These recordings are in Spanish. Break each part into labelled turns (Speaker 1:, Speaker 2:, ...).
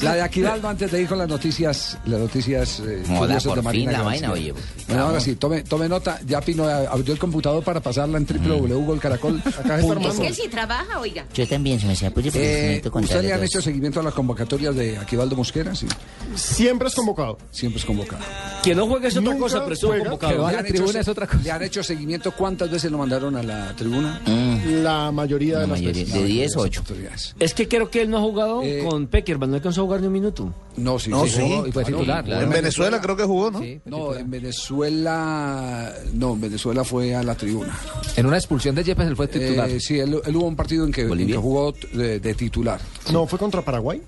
Speaker 1: La de Aquivaldo antes de ir con las noticias, las noticias eh,
Speaker 2: Moda,
Speaker 1: curiosas
Speaker 2: por
Speaker 1: de
Speaker 2: fin
Speaker 1: Marina
Speaker 2: la
Speaker 1: Granciera.
Speaker 2: vaina, oye. pues.
Speaker 1: Bueno, ahora sí, tome, tome nota. Ya Pino eh, abrió el computador para pasarla en
Speaker 2: Mm.
Speaker 3: Es que él
Speaker 1: www.golcaracol.com.
Speaker 3: sí trabaja, oiga.
Speaker 2: Yo también se me decía, pues yo
Speaker 1: Eh,
Speaker 2: necesito
Speaker 1: ¿Usted le han
Speaker 2: contarles
Speaker 1: hecho
Speaker 2: dos.
Speaker 1: seguimiento a las convocatorias de Aquivaldo Mosquera? Sí,
Speaker 4: Siempre es convocado.
Speaker 1: siempre es convocado.
Speaker 5: Que no juegue es otra
Speaker 4: Nunca
Speaker 5: cosa, pero estuvo
Speaker 4: juega.
Speaker 1: ¿Le
Speaker 5: convocado.
Speaker 1: han hecho se- ¿Le han hecho seguimiento? ¿Cuántas veces lo mandaron a la tribuna?
Speaker 2: Mm.
Speaker 4: La mayoría de
Speaker 2: La
Speaker 4: las
Speaker 2: mayoría,
Speaker 4: veces.
Speaker 2: de 10 8.
Speaker 1: Autoridades.
Speaker 5: Es que creo que él no ha jugado
Speaker 1: Eh,
Speaker 5: con Peckerman, no alcanzó a jugar ni un minuto.
Speaker 1: No, sí,
Speaker 6: No,
Speaker 1: sí,
Speaker 6: sí.
Speaker 1: jugó,
Speaker 6: Y
Speaker 1: fue titular.
Speaker 6: En Venezuela creo que jugó, ¿no?
Speaker 7: pues
Speaker 1: No, en Venezuela, no, en Venezuela fue a la tribuna.
Speaker 7: En una expulsión de Yepes él fue titular.
Speaker 1: Eh, sí, él, él hubo un partido en que, en
Speaker 2: Bolivia.
Speaker 1: que jugó t- de, de titular.
Speaker 4: ¿No fue contra Paraguay?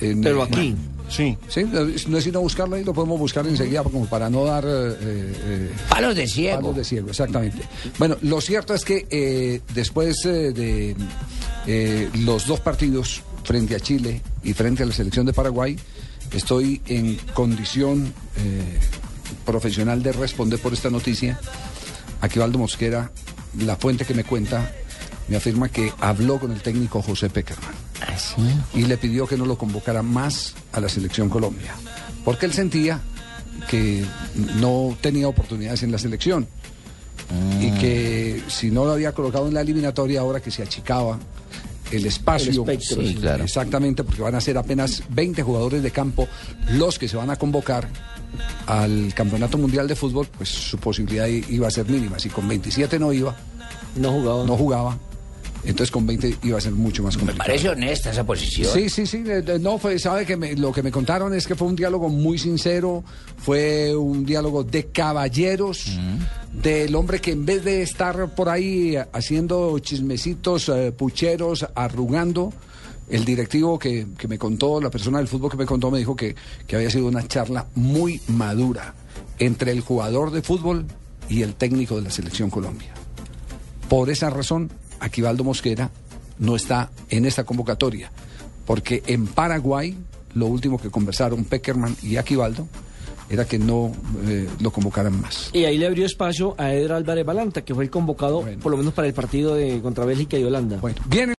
Speaker 1: En- eh,
Speaker 5: Pero aquí,
Speaker 4: Sí.
Speaker 1: Sí, no es sino buscarlo ahí, lo podemos buscar enseguida como para no dar eh, eh,
Speaker 2: Palos de ciego.
Speaker 1: palos de ciego, exactamente. Bueno, lo cierto es que eh, después eh, de eh, los dos partidos frente a Chile y frente a la selección de Paraguay, estoy en condición eh, profesional de responder por esta noticia. Aquivaldo Mosquera, la fuente que me cuenta, me afirma que habló con el técnico José Peckerman
Speaker 2: Ah, sí.
Speaker 1: y le pidió que no lo convocara más a la selección Colombia, porque él sentía que no tenía oportunidades en la selección y que si no lo había colocado en la eliminatoria ahora que se achicaba el espacio,
Speaker 5: El espectro,
Speaker 2: Sí, sí. claro.
Speaker 1: exactamente, porque van a ser apenas 20 jugadores de campo los que se van a convocar al Campeonato Mundial de Fútbol, pues su posibilidad i- iba a ser mínima, si con 27 no iba,
Speaker 5: no jugaba.
Speaker 1: no jugaba, entonces con 20 iba a ser mucho más
Speaker 2: Me
Speaker 1: complicado.
Speaker 2: parece honesta esa posición.
Speaker 1: Sí, sí, sí. de- de- No, fue, sabe que me- lo que me contaron es que fue un diálogo muy sincero, fue un diálogo de caballeros, del hombre que en vez de estar por ahí haciendo chismecitos, eh, pucheros, arrugando. El directivo que, que me contó, la persona del fútbol que me contó, me dijo que, que había sido una charla muy madura entre el jugador de fútbol y el técnico de la selección Colombia. Por esa razón, Aquivaldo Mosquera no está en esta convocatoria, porque en Paraguay lo último que conversaron Peckerman y Aquivaldo era que no eh, lo convocaran más.
Speaker 5: Y ahí le abrió espacio a Edra Álvarez Balanta, que fue el convocado,
Speaker 1: Bueno.
Speaker 5: por lo menos para el partido de contra Bélgica y Holanda.
Speaker 1: Bueno, viene